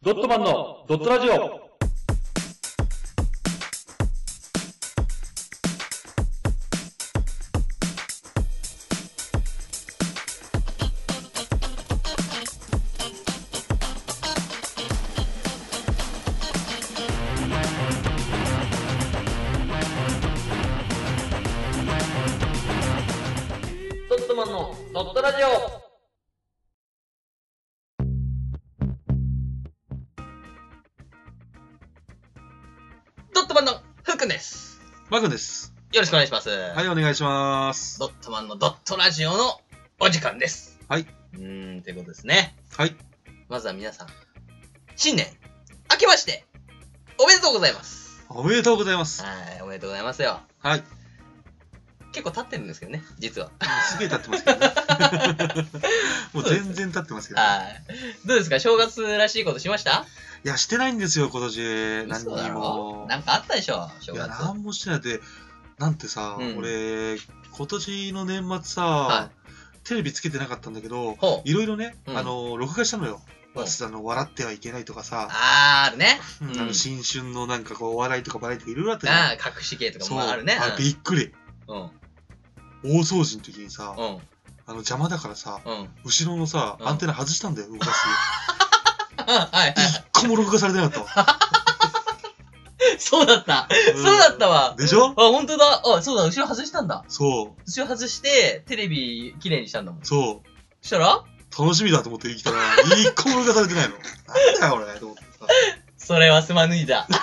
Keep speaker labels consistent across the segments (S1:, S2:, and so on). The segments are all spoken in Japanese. S1: ドットマンのドットラジオ。
S2: ドットマンのドットラジオドットマンのふっくんです。
S3: マグです。
S2: よろしくお願いします。
S3: はい、お願いします。
S2: ドットマンのドットラジオのお時間です。
S3: はい。
S2: うーん、ということですね。
S3: はい。
S2: まずは皆さん、新年、明けまして、おめでとうございます。
S3: おめでとうございます。
S2: はい、おめでとうございますよ。
S3: はい。
S2: 結構経ってるんですけどね、実は。
S3: すげえ立ってますけどね。 もう全然立ってますけど。
S2: はい。どうですか正月らしいことしました
S3: いや、してないんですよ、今年。何
S2: 嘘だ
S3: に
S2: ろ
S3: も。
S2: なんかあったでしょ正
S3: いや、
S2: 月。
S3: 何もしてないで、なんてさ、
S2: うん
S3: 俺、今年の年末さ、
S2: は
S3: テレビつけてなかったんだけど、
S2: ほう。
S3: いろいろね、
S2: うん
S3: あの、録画したのよ。
S2: ほう
S3: あの笑ってはいけないとかさ、
S2: あー、あるね。
S3: うん
S2: うん
S3: あの新春のなんかこう、お笑いとかバラエティとかいろいろあったじゃん
S2: ああ、隠し芸とか
S3: そう
S2: もあるね。
S3: れびっくり。
S2: うん。うん。
S3: 大掃除の時にさ、あ
S2: うん。
S3: の邪魔だからさ、
S2: うん。
S3: 後ろのさ、
S2: うん
S3: アンテナ外した んだよ、動かす。
S2: はいはい。
S3: 一個も録画されてなかったわ。
S2: そうだった。
S3: ん
S2: そうだったわ。
S3: でしょ
S2: あ、本当だ。あ、そうだ。後ろ外したんだ。
S3: そ
S2: 後ろ外して、テレビ綺麗にしたんだもん
S3: う、。そ
S2: そしたら
S3: う。楽しみだと思って生きたら、 一個も録画されてないの。なんだよ、俺。と思って
S2: それはすまぬいだ。
S3: さ。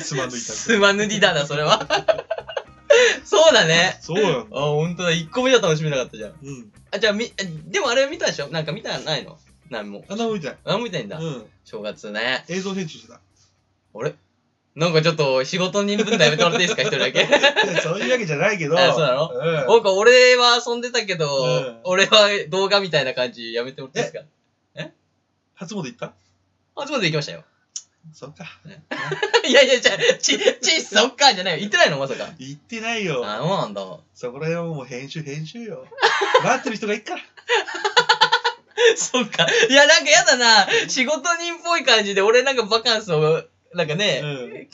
S3: つまん抜いた
S2: すまぬりだな、それは。 そうだね。
S3: そうよ。
S2: あ、本当だ。1個目じゃ楽しみなかったじゃん。
S3: うん。
S2: あ、じゃあ、み、でもあれは見たでしょなんか見たんないの何も。
S3: あんなもんみたい。
S2: 何も見たいんだ。
S3: ん。
S2: 正月ね。
S3: 映像編集してた。
S2: あれなんかちょっと仕事人分だやめてもらっていいですか、一人だけ。
S3: そういうわけじゃないけど
S2: あそうなの
S3: の
S2: 僕、俺は遊んでたけど、
S3: うん
S2: 俺は動画みたいな感じやめてもらっていいですか
S3: 初詣行った
S2: あ、ちょっと行きましたよ。
S3: そっか。
S2: いやいや、じゃあち、ち、そっか、じゃないよ。行ってないの、まさか。
S3: 行ってないよ
S2: あ、そうなんだ。
S3: そこら辺はもう編集、編 集よ。待ってる人がいっから。
S2: そっか。いや、なんかやだな。仕事人っぽい感じで、俺なんかバカンスを、なんかね、
S3: うん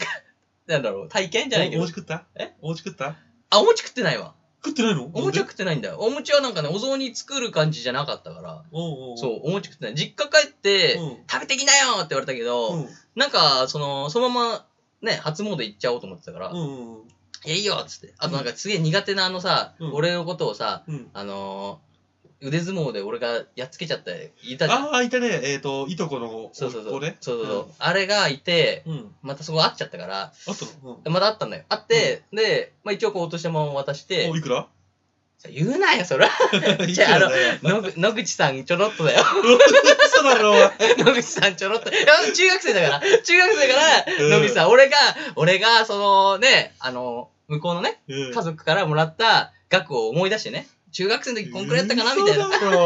S2: なんだろう、体験じゃないけ
S3: お
S2: ど
S3: 餅。食った
S2: え
S3: お餅食った
S2: あ、お餅食ってないわ。
S3: 食ってないの
S2: お餅は食ってないんだよ。お餅はなんかね、お雑煮作る感じじゃなかったから。
S3: おうおう
S2: そう、お餅食ってない。実家帰って、
S3: うん
S2: 食べてきなよって言われたけど、
S3: うん。
S2: なんか、その、そのまま、ね、初詣行っちゃおうと思ってたから、い
S3: うんうん
S2: や、いいよっつって。あとなんか、すげえ苦手なあのさ、
S3: うん
S2: 俺のことをさ、
S3: うん。
S2: あのー腕相撲で俺がやっつけちゃった、言ったじゃん。
S3: ああ、いたね。えっ、と、いとこの、
S2: そうそうそ
S3: お
S2: う。
S3: 子ね。
S2: そうそうそう、あれがいて、
S3: うん。うん。
S2: またそこ会っちゃったから、
S3: あったの
S2: また会ったんだよ。会って、で、まあ一応こうお年玉を渡し
S3: うん。
S2: て
S3: お、いくら
S2: 言うなよ、それ。
S3: いく
S2: じゃあ
S3: ら
S2: あの
S3: だよ。
S2: 野口野口さんちょろっとだよ。
S3: 嘘だろ、お前。
S2: 野口さんちょろっと。いや中学生だから、中学生だから、
S3: うん
S2: 野口さん、俺が、俺が、そのね、あの、向こうのね、
S3: 家
S2: 家族からもらった額を思い出してね、中学生の時こんくらいやったかなみたいな。い
S3: 嘘だろ。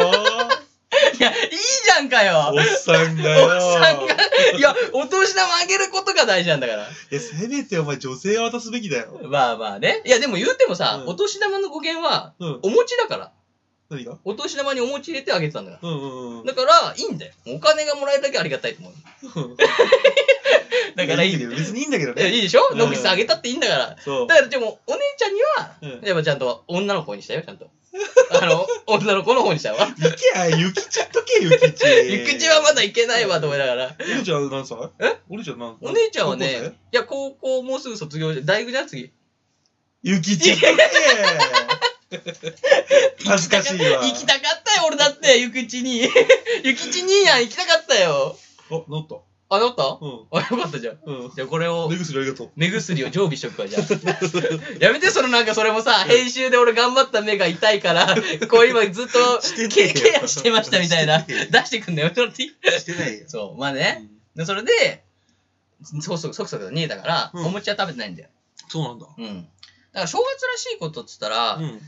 S2: や、いいじゃんかよ
S3: おっさんが
S2: お
S3: よ。
S2: っさんが、いや、お年玉あげることが大事なんだから。
S3: いや、せめてお前女性は渡すべきだよ。
S2: まあまあね。いや、でも言うてもさ、
S3: うん
S2: お年玉の語源は、
S3: うん。
S2: お餅だから。
S3: 何が
S2: お年玉にお餅入れてあげてたんだから。
S3: うんうんうん。
S2: だから、いいんだよ。お金がもらえるだけありがたいと思う。だからいい。い
S3: いんだけど、別にいいんだけど
S2: や、い
S3: ね。
S2: いでしょ
S3: うん
S2: 野口さんあげたっていいんだから。
S3: そう
S2: だ。からでも、お姉ちゃんには、
S3: うん
S2: やっぱちゃんと女の子にしたよ、ちゃんと。あ の、女の子の方にしたわ。
S3: 行けや、ゆきちっとけ、ゆき ち。
S2: ゆくちはまだいけないわ、と思いながら。
S3: お姉ちゃん何歳
S2: え
S3: お姉ちゃん何歳
S2: お姉ちゃんは
S3: 高校生
S2: ね、いや、高校もうすぐ卒業で、大学じゃん、次。
S3: ゆきちっとけ。恥ずかしいわ。
S2: 行きたかったよ、俺だって、ゆくちに。ゆきちにやん、行きたかったよ。
S3: お、なった。
S2: あ、なった
S3: うん。
S2: あ、よかったじゃん。
S3: うん。
S2: じゃあこれを
S3: 目、薬ありがとう。
S2: 目薬を常備しとくわ、じゃあ。 やめて、そのなんかそれもさ、編集で俺頑張った目が痛いから、 こう今ずっと、
S3: してねえ
S2: ケ
S3: よ
S2: ケアしてましたみたいな。
S3: して
S2: 出
S3: ね
S2: してくんだよ、ちょっといい
S3: してないよ。
S2: そう、まあね。で、それで、そそくそくそくと逃げたから、
S3: うん
S2: お餅は食べてないんだよ。
S3: そうなんだ。
S2: うん。だから正月らしいことっつったら、
S3: うん。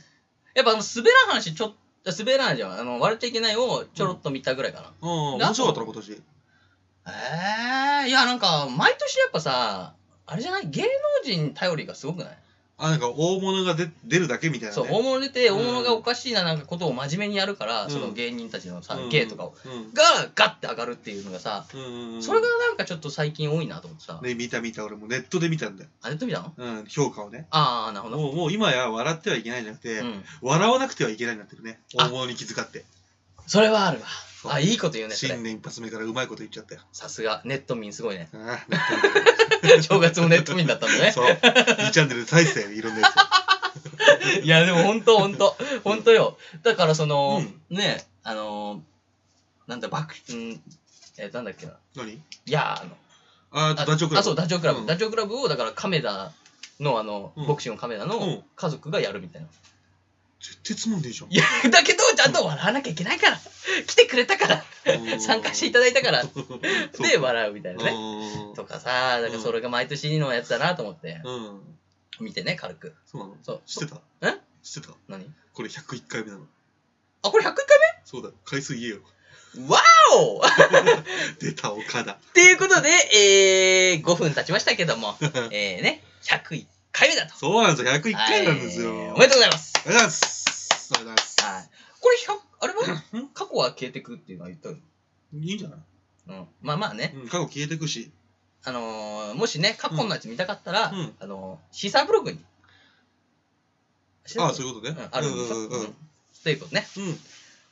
S2: やっぱあの、滑らん話ちょっと、滑らんじゃん。あの、割れちゃいけないをちょろっと見たぐらいか
S3: ああ、面白かったな、今年。
S2: な。ええー、いや、なんか、毎年やっぱさ、あれじゃない芸能人頼りがすごくない
S3: あ、なんか大物が出出るだけみたいな、ね。
S2: そう大物出て
S3: う
S2: 大
S3: ん
S2: 物がおかしいななんかことを真面目にやるから、
S3: うん
S2: その芸人たちのさ
S3: うん
S2: 芸とかを、
S3: うん
S2: がガッて上がるっていうのがさ、
S3: うんうん
S2: それがなんかちょっと最近多いなと思ってさ、
S3: ね、見た見た、俺もネットで見たんだよ。
S2: あれと見たの
S3: うん、評価をね。
S2: ああなるほど、
S3: もう、もう今や笑ってはいけないんじゃなくて、
S2: うん、
S3: 笑わなくてはいけないんだってるね。
S2: あ
S3: 大物に気遣って。
S2: それはあるわ
S3: そう
S2: あいいこと言うねそれ
S3: 新年一発目からうまいこと言っちゃったよ。
S2: さすがネット民すごいね
S3: あ
S2: 正月もネット民だったんだ
S3: あ、
S2: ね
S3: そう。2チャンネルで大したよ、いろんなやつ。
S2: いやでも本当本当本当よだからその、
S3: う
S2: ねあのーなんだ爆うんえなんだっけな
S3: 何
S2: いやあの
S3: あ
S2: あ
S3: あとダチョウクラブ。
S2: あそうダチョウ倶楽部、
S3: うん
S2: ダチョウ倶楽部をだから亀田のあの、
S3: うん
S2: ボクシングの亀田
S3: う
S2: の
S3: ん
S2: 家族がやるみたいな、
S3: 絶対つまんでいいじゃん。
S2: いやだけどちゃんと笑わなきゃいけないから来てくれたから
S3: うん
S2: 参加していただいたから
S3: そう
S2: で笑うみたいなね
S3: うん
S2: とかさだからそれが毎年のやつだなと思って
S3: うん。
S2: 見てね軽く
S3: そうなの
S2: そう
S3: 知ってた
S2: え
S3: 知ってた
S2: 何
S3: これ101回目なの。
S2: あこれ100回
S3: そうだ、回数言えよ。
S2: 目わお っ
S3: 出た、岡田。
S2: ていうことで、えー、5分経ちましたけど もえーね101回目だと
S3: そうなんですよ、101回なんですよ。
S2: はいお
S3: お
S2: め
S3: め
S2: で
S3: で
S2: とうございます
S3: とうございます。ありがとうございます。
S2: はいこれ100あれ は
S3: うん
S2: 過去は消えてくっていうのは言ったの
S3: いいんじゃない
S2: うん、まあまあね、
S3: うん、過去消えてくし。
S2: あのーもしね、過去のやつ見たかったら、
S3: うん
S2: あのーシーサーブログに。
S3: ああ、そう
S2: う
S3: いうことね。
S2: ん、あるん
S3: う
S2: で
S3: ん
S2: すよ、
S3: うんうん
S2: うんということね。
S3: うん。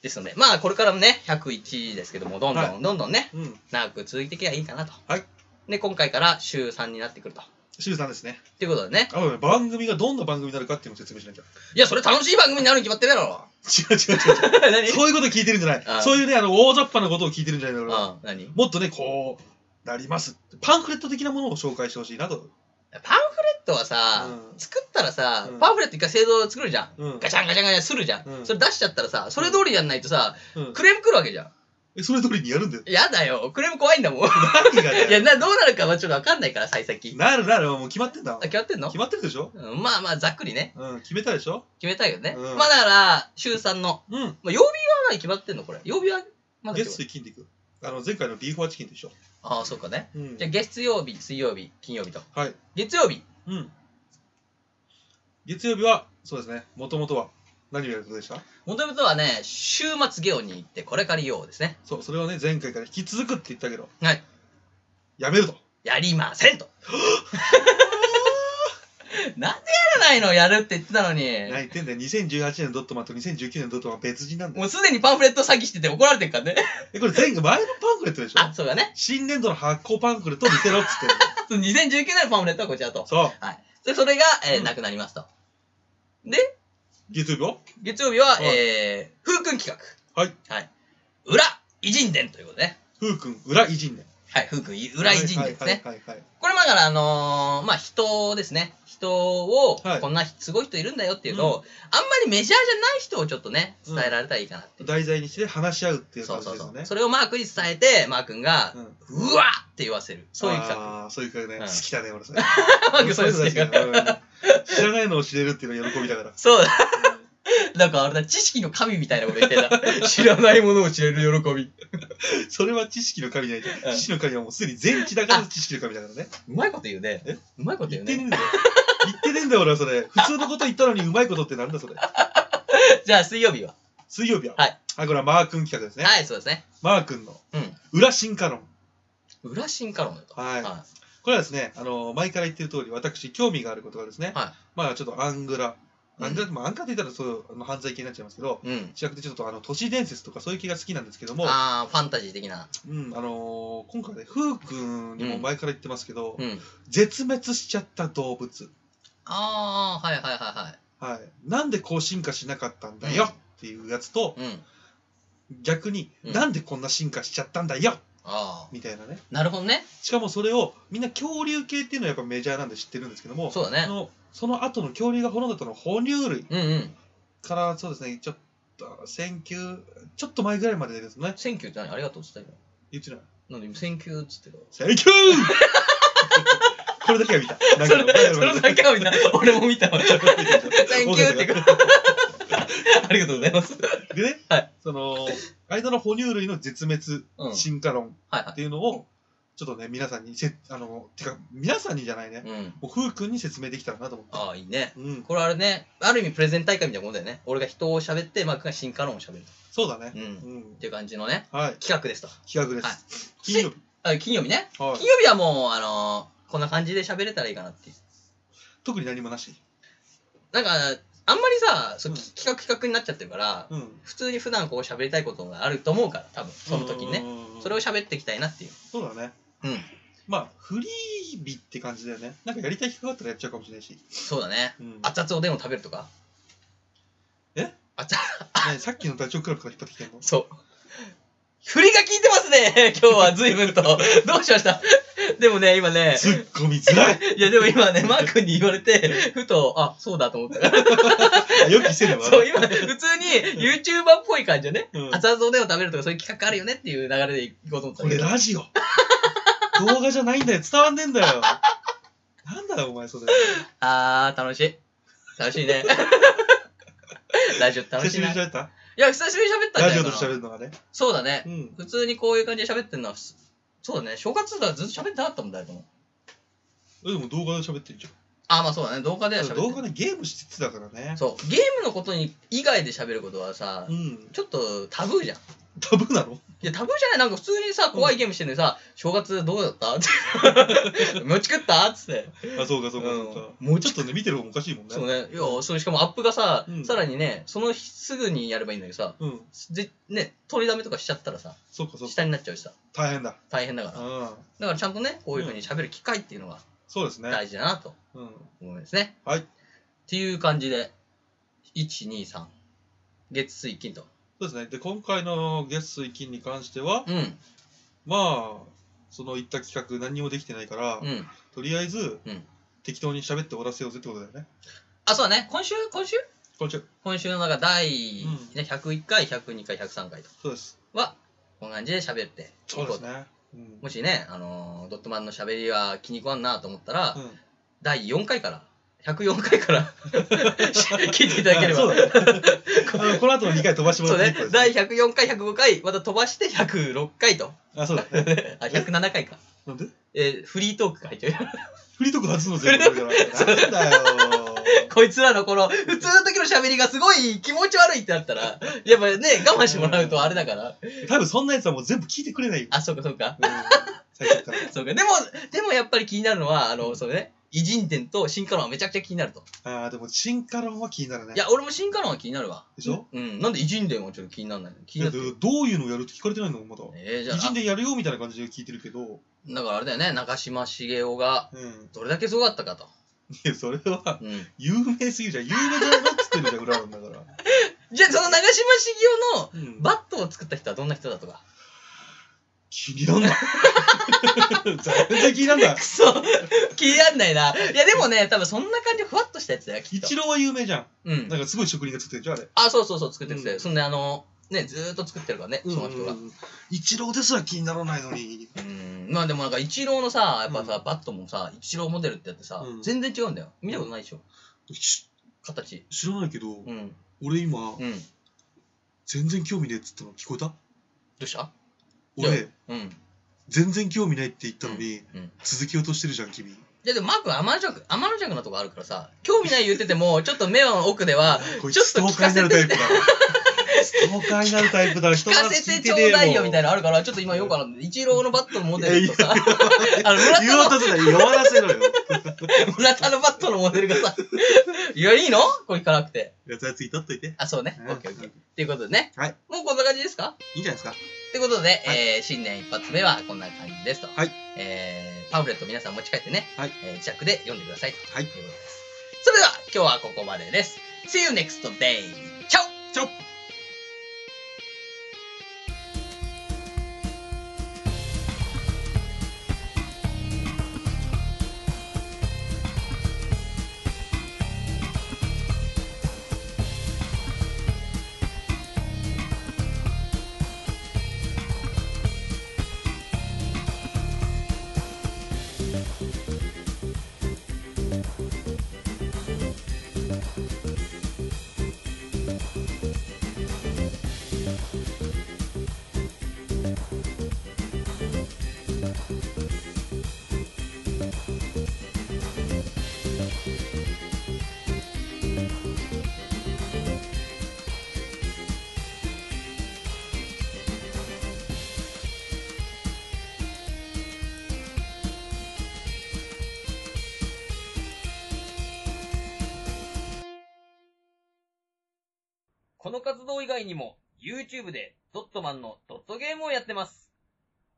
S2: ですので、まあこれからもね、101ですけども、どんどん、
S3: は
S2: どんどんね、
S3: うん。
S2: 長く続いていけばいいかなと。
S3: はい。
S2: で、今回から週3になってくると。
S3: シュウさんですね。
S2: ということでね、
S3: あ、ごめん番組がどんな番組になるかっていうのを説明しなきゃ。
S2: いや、それ楽しい番組になるに決まってるや ろ。
S3: 違う違う違う。
S2: 何
S3: そういうこと聞いてるんじゃ
S2: あ
S3: な
S2: あ
S3: い。そういうね、あの、大雑把なことを聞いてるんじゃないの俺は
S2: うん、何
S3: もっとね、こう、なります。パンフレット的なものを紹介してほしいなと。
S2: パンフレットはさ、
S3: うん
S2: 作ったらさ、
S3: うん
S2: パンフレット一回製造作るじゃん。
S3: うん
S2: ガチャンガチャンガチャンするじゃん,、
S3: うん
S2: それ出しちゃったらさ、それ通りやんないとさ、
S3: うん
S2: クレーム来るわけじゃん。
S3: えそれ通りにやるんだよ。
S2: やだよ、クレーム怖いんだもん。
S3: 何が
S2: いや
S3: ね、
S2: な、どうなるかはちょっとわかんないから、幸先。
S3: なるなる、もう決まってんだ
S2: あ。決まってんの
S3: 決まってるでしょ
S2: うんまあまあ、ざっくりね。
S3: うん、決めたでしょ
S2: 決めたいよね。
S3: うん
S2: まあだから、週3の。
S3: うん。
S2: まあ、曜日は何決まってんのこれ。曜日はまだ
S3: 月
S2: 決ま
S3: 水金でいく。あの、前回のビーフォアチキンと一緒。
S2: ああ、そうかね。
S3: うん
S2: じゃあ、月曜日、水曜日、金曜日と。
S3: はい。
S2: 月曜日、
S3: うん。月曜日は、そうですね、もともとは何をやることでした
S2: もともとはね、週末行に行って、これからようですね。
S3: そう、それをね、前回から引き続くって言ったけど、
S2: はい。
S3: やめると。
S2: やりません と。なんでやらないのやるって言ってたのに。
S3: 泣いてんだよ。2018年のドットマンと2019年のドットマンは別人なんだよ。
S2: もうすでにパンフレット詐欺してて怒られてるからね。
S3: え、これ前回、前のパンフレットでしょ
S2: あ、そうだね。
S3: 新年度の発行パンフレットを見てろっつってんだよ。
S2: 2019年のパンフレットはこちらと。
S3: そう。
S2: はい。で、それが、えー
S3: うん
S2: なくなりますと。
S3: 月曜日は
S2: 月曜日は、
S3: はい
S2: えー、風君企画。
S3: はい。
S2: はい。裏偉人伝ということでね。
S3: ふうくん、裏偉人伝。
S2: はい、風君、裏偉人伝ですね。
S3: はいはいはいはい。
S2: これ、まあだから、あのーまあ、人ですね。人を、
S3: はい
S2: こんなすごい人いるんだよっていうのを、あんまりメジャーじゃない人をちょっとね、伝えられたらいいかなっていう。
S3: 題材にして話し合うっていう
S2: そ
S3: 感
S2: う
S3: じ
S2: そう
S3: です
S2: そ
S3: よ
S2: う、
S3: ね。
S2: それをマークに伝えて、マー君が、
S3: うん
S2: うわっって言わせる。そういう企画。
S3: あーそういう企画ね、
S2: うん
S3: 好きだね、俺それ。
S2: マー君、 そういう
S3: 俺
S2: 企
S3: そういう
S2: 画。
S3: の大好きだようん知らないのを知れるっていうのが喜びだから。
S2: そう だ。なんかあれだ、知識の神みたいなこと言って た。知らないものを知れる喜び。
S3: それは知識の神じゃないじゃ
S2: うん
S3: ん。知識の神はもうすでに全知だから知識の神だからね。
S2: うまいこと言うね。
S3: え
S2: うまいこと言
S3: 言
S2: う
S3: って
S2: ね
S3: ね。えんだよ。言ってねえんだよ、俺はそれ。普通のこと言ったのにうまいことってなんだ、それ。
S2: じゃあ、水曜日は。
S3: 水曜日は。
S2: はい。
S3: あ、これはマー君企画ですね。
S2: はい、そうですね。
S3: マー君の
S2: うん。
S3: 裏進化論。
S2: 裏進化論だと。
S3: はい
S2: は
S3: これはですね、あの、前から言ってる通り、私、興味があることがですね、
S2: はい
S3: まあちょっとアングラ。
S2: うん
S3: アングラ、まあアングラって言ったらそうあの犯罪系になっちゃいますけど、
S2: い。うん。
S3: 違くてちょっとあの都市伝説とかそういう系が好きなんですけども、
S2: ああ、ファンタジー的な。
S3: うん、あのー今回ね、ふうくんにも前から言ってますけど、
S2: うん。
S3: 絶滅しちゃった動物、
S2: ああ、はいはいは
S3: はい、なんでこう進化しなかったんだよっていうやつと、
S2: いはい。うん。
S3: 逆に、
S2: うん
S3: なんでこんな進化しちゃったんだよ
S2: ああ。
S3: みたいなね。
S2: なるほどね。
S3: しかもそれを、みんな恐竜系っていうのはやっぱメジャーなんで知ってるんですけども、
S2: そうだ
S3: そ
S2: ね。
S3: のその後の恐竜が滅んだとの哺乳類
S2: うんうん。
S3: から、そうですね、ちょっと、千九ちょっと前ぐらいまでですね、
S2: センキューって何ありがとうっつった今。
S3: 言ってない。
S2: なんで今、センキューっつってた。
S3: センキュー これだけは見た。なん
S2: そ
S3: か
S2: れ、それだけは みんな、俺も見たわ。
S3: セ
S2: ンキューってこと ありがとうございます。
S3: でね、
S2: はい
S3: その、間の哺乳類の絶滅
S2: うん。
S3: 進化論
S2: はいは
S3: っていうのを、ちょっとね、皆さんにせ、あの、てか、皆さんにじゃないね、
S2: うん。
S3: もう、ふうくんに説明できたらなと思って。
S2: ああ、いいね。
S3: うん、
S2: これあれね、ある意味プレゼン大会みたいなもんだよね。俺が人を喋って、マークが進化論を喋る
S3: そうだね
S2: と。。う。
S3: うん
S2: っ
S3: ん。
S2: ていう感じのね、
S3: はい、
S2: 企画ですと。
S3: 企画で
S2: はい
S3: す。金曜日。
S2: あ金曜日ね。
S3: は
S2: 金
S3: い。
S2: 曜日はもう、あのーこんな感じで喋れたらいいかなっていう。
S3: 特に何もなし。
S2: なんか、あんまりさ、そう
S3: うん
S2: き企画企画になっちゃってるから、
S3: うん。
S2: 普通に普段こう喋りたいことがあると思うから、多分、その時にね。
S3: ね
S2: それを喋っていきたいなっていう。
S3: そうだね。
S2: うん。
S3: まあ、フリー日って感じだよね。なんかやりたい企画あったらやっちゃうかもしれないし。
S2: そうだね。
S3: うん。
S2: 熱々おでんを食べるとか。
S3: え
S2: 熱々
S3: ね、さっきのダチョウ倶楽部から引っ張ってきてんの
S2: そう。振りが効いてますね、 今日は随分と。どうしましたでもね、今ね、
S3: ツッコミづらい。
S2: いやでも今ね、マー君に言われて、ふと、あ、そうだと思ったから。
S3: あよきせねば。
S2: そう、今、普通に YouTuber っぽい感じでね、
S3: うん
S2: 熱々おでんを食べるとかそういう企画あるよねっていう流れでいこうと思った
S3: こ
S2: んだ
S3: れ
S2: けど。
S3: ラジオ。動画じゃないんだよ。伝わんねえんだよ。なんだよ、お前、それ。
S2: あー、楽しい。楽しい ね。ラジオ楽
S3: 久
S2: し
S3: し
S2: い
S3: ぶ
S2: な。
S3: りに
S2: い
S3: 喋った
S2: や、久しぶりに喋ったん
S3: ラ
S2: じ
S3: ジ
S2: ゃ
S3: オ
S2: な
S3: と
S2: い
S3: して
S2: か
S3: 喋
S2: な。
S3: るのがね。
S2: そうだね
S3: う。ん。
S2: 普通にこういう感じで喋ってるのは、そうだね。正月だからずっと喋ってなかったもんだよ、でも
S3: えでも動画で喋ってるじ
S2: あー、まあそうだね。動画で
S3: ゃ
S2: は
S3: ん。
S2: 喋って
S3: 動画でゲームしてたからね。
S2: そうゲームのことに以外で喋ることはさ、
S3: うん。
S2: ちょっとタブーじゃんい
S3: タブーなの
S2: やタブーじゃないなんか普通にさ怖いゲームしてるのにさ「正月どうだった?」って「 持ち食った?」っつって
S3: あ、そうか、そうか、そうか。
S2: うんもう
S3: ちょっとね、見てる方もおかしいもんね。
S2: そうねいやそれしかもアップがさ、
S3: うん
S2: さらにねその日すぐにやればいいんだけどさ
S3: うん。
S2: でね取りだめとかしちゃったらさ
S3: そうか、そうか。
S2: 下になっちゃうしさ
S3: 大変だ。
S2: 大変だから
S3: うん。
S2: だからちゃんとねこういうふうに喋る機会っていうのが
S3: そうですね。
S2: 大事だなと
S3: うん。
S2: 思いますね
S3: はい
S2: っていう感じで123月水金と
S3: そうですね。で、今回の月水金に関しては、
S2: うん
S3: まあ、その言った企画何にもできてないから、
S2: うん
S3: とりあえず、
S2: うん
S3: 適当に喋って終わらせようぜってことだよね。
S2: あそうだね今週今週
S3: こんにちは。
S2: 今週の中第、
S3: うん
S2: ね101回102回103回と
S3: そうです。
S2: はこんな感じで喋っていこ
S3: そううで
S2: と
S3: すね。うん。
S2: もしね、あのードットマンの喋りは気に食わんなと思ったら、
S3: うん
S2: 第4回から104回から 聞いていただければ
S3: あそうだねあのこの後の2回飛ばしても
S2: そ
S3: ら
S2: う
S3: っていい
S2: ね
S3: これで
S2: 第
S3: す
S2: 104回105回また飛ばして106回 と
S3: あ、そうだね。
S2: あ107回か、
S3: なんで
S2: えーフリートークが入ってる
S3: フリートーク外すの全部これから。なんだよ
S2: こいつらのこの普通の時の喋りがすごい気持ち悪いってなったらやっぱね我慢してもらうとあれだから
S3: ー。多分そんなやつはもう全部聞いてくれないよ。
S2: あそうかそうか
S3: うん最初から。
S2: そうか。でも、でもやっぱり気になるのは、あの、それね、偉人伝と進化論はめちゃくちゃ気になると。
S3: ああ、でも、進化論は気になるね。
S2: いや、俺も進化論は気になるわ。
S3: でしょ
S2: うん。なんで偉人伝はちょっと気にならないの気
S3: い
S2: にな
S3: や
S2: って
S3: ど
S2: る。
S3: どういうのをやるって聞かれてないのまだ。
S2: えー、じゃ
S3: 偉人
S2: あ、
S3: でやるよみたいな感じで聞いてるけど、
S2: あだからあれだよね、中島茂雄が
S3: うん。
S2: どれだけすごかったかと。
S3: いや、それは、
S2: うん。
S3: 有名すぎるじゃん。有名だなっつってるじゃん、裏なんだから。
S2: じゃあ、その長島茂雄の
S3: うん
S2: バットを作った人はどんな人だと か。
S3: 気になんない。全然気になんない
S2: く。そ、気になんないな。いや、でもね、多分そんな感じ、ふわっとしたやつだよ、きっと
S3: 一。郎は有名じゃん。
S2: うん
S3: な。んかすごい職人が作ってるじゃん、あれ。
S2: あ、そうそうそう、作ってる
S3: う
S2: て。
S3: ん
S2: そんで、あの、ね、ずーっと作ってるからね、その人が。
S3: 一郎ですら気にならないのに。
S2: うんまあでもなんかイチローのさやっぱさ、
S3: うん
S2: バットもさイチローモデルってやってさ、
S3: うん
S2: 全然違うんだよ見たことないでしょ
S3: し
S2: 形
S3: 知らないけど、
S2: うん
S3: 俺今、
S2: うんど
S3: 全然興味ねえっつったの聞こえた
S2: うしたいや
S3: 俺、
S2: うん
S3: 全然興味ないって言ったのに、
S2: うんうん
S3: 続き落としてるじゃん、君。
S2: いやでもマー君天の弱天の弱なとこあるからさ興味ない言ってて もちょっと目は奥では
S3: こい
S2: ちょ
S3: つ
S2: っ
S3: ス
S2: と
S3: ト
S2: 聞
S3: ーカー
S2: か
S3: にな
S2: せて
S3: るタイプだな。 ストーカーになるタイプだな。人
S2: 聞
S3: の
S2: か
S3: 話
S2: せ
S3: 聞い
S2: てち
S3: て
S2: ょ
S3: ねえ
S2: うだいよみたいな
S3: な。
S2: のあるからちょっと今よくわかんないイチローのバットのモ
S3: い
S2: デ
S3: やい
S2: ル
S3: や
S2: とさあの村
S3: 言お
S2: 田
S3: う
S2: の
S3: とすなよ。弱らせろよ。
S2: 村田のバットのモデルが さいやいいのこれ聞かなくて
S3: やつやついたっといて。
S2: あそうね
S3: うん
S2: オッケーオッケーっていうことでね、
S3: はい
S2: もうこんな感じですか
S3: いいんじゃないですか。
S2: ってことで、
S3: はい
S2: えー新年一発目はこんな感じですと。
S3: はい
S2: えーパンフレット皆さん持ち帰ってね、
S3: はい
S2: えー自宅で読んでくださいという
S3: はい
S2: ことです。それでは、今日はここまでです。See you next day! チャオ
S3: チャオ
S2: この活動以外にも、YouTube でドットマンのドットゲームをやってます。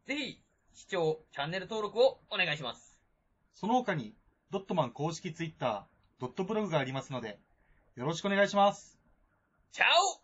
S2: ぜひ、視聴、チャンネル登録をお願いします。
S3: その他に、ドットマン公式ツイッター、ドットブログがありますので、よろしくお願いします。
S2: チャオ